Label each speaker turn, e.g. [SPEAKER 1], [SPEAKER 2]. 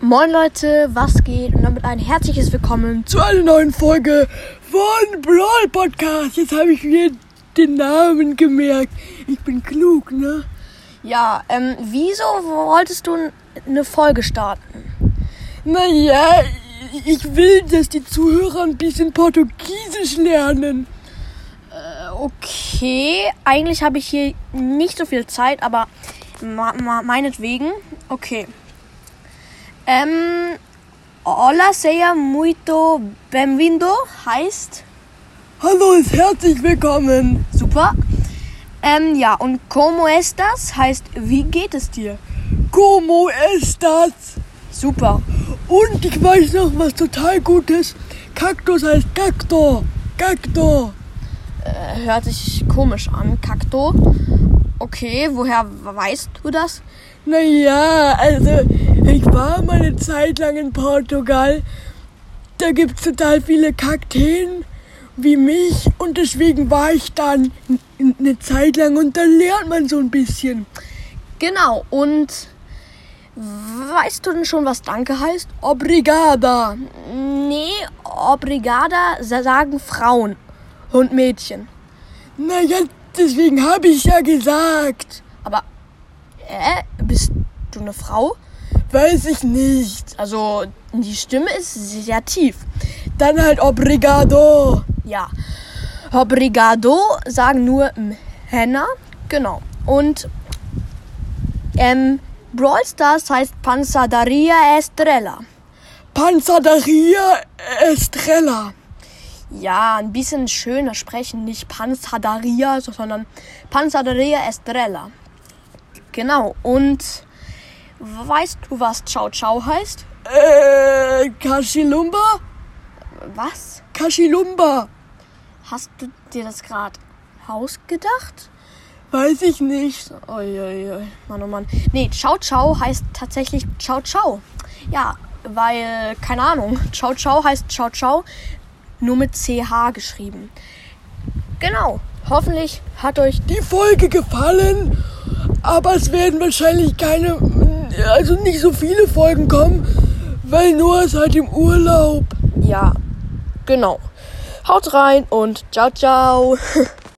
[SPEAKER 1] Moin Leute, was geht? Und damit ein herzliches Willkommen zu einer neuen Folge von Brawl Podcast. Jetzt habe ich mir den Namen gemerkt. Ich bin klug, ne? Ja, ähm, wieso wolltest du eine Folge starten? Naja, ich will, dass die Zuhörer ein bisschen Portugiesisch lernen. Äh, okay, eigentlich habe ich hier nicht so viel Zeit, aber ma ma meinetwegen. Okay. Ähm, hola, sea muito bem-vindo heißt. Hallo ist herzlich willkommen. Super. Ähm, ja, und como estas heißt, wie geht es dir? Como estas? Super. Und ich weiß noch was total Gutes. Kaktus heißt Kaktor. Kaktor. Äh, hört sich komisch an, Kaktor. Okay, woher weißt du das?
[SPEAKER 2] Naja, also ich war mal eine Zeit lang in Portugal. Da gibt es total viele Kakteen wie mich und deswegen war ich dann eine Zeit lang und dann lernt man so ein bisschen.
[SPEAKER 1] Genau, und weißt du denn schon, was Danke heißt?
[SPEAKER 2] Obrigada.
[SPEAKER 1] Nee, Obrigada sa- sagen Frauen und Mädchen.
[SPEAKER 2] Naja, deswegen habe ich ja gesagt.
[SPEAKER 1] Aber, äh, bist du eine Frau?
[SPEAKER 2] Weiß ich nicht.
[SPEAKER 1] Also, die Stimme ist sehr tief.
[SPEAKER 2] Dann halt Obrigado.
[SPEAKER 1] Ja. Obrigado sagen nur Männer. Genau. Und, ähm, Brawl Stars heißt Panzadaria Estrella.
[SPEAKER 2] Panzadaria Estrella.
[SPEAKER 1] Ja, ein bisschen schöner sprechen, nicht Panzadaria, sondern Panzadaria Estrella. Genau, und weißt du, was Ciao Ciao heißt?
[SPEAKER 2] Äh, Kaschilumba?
[SPEAKER 1] Was?
[SPEAKER 2] Kaschilumba.
[SPEAKER 1] Hast du dir das gerade ausgedacht?
[SPEAKER 2] Weiß ich nicht.
[SPEAKER 1] Uiuiui, Mann, oh Mann. Nee, Ciao Ciao heißt tatsächlich Ciao Ciao. Ja, weil, keine Ahnung, Ciao Ciao heißt Ciao Ciao, nur mit CH geschrieben. Genau, hoffentlich hat euch
[SPEAKER 2] die Folge gefallen, aber es werden wahrscheinlich keine, also nicht so viele Folgen kommen, weil Noah ist halt im Urlaub.
[SPEAKER 1] Ja, genau. Haut rein und ciao, ciao.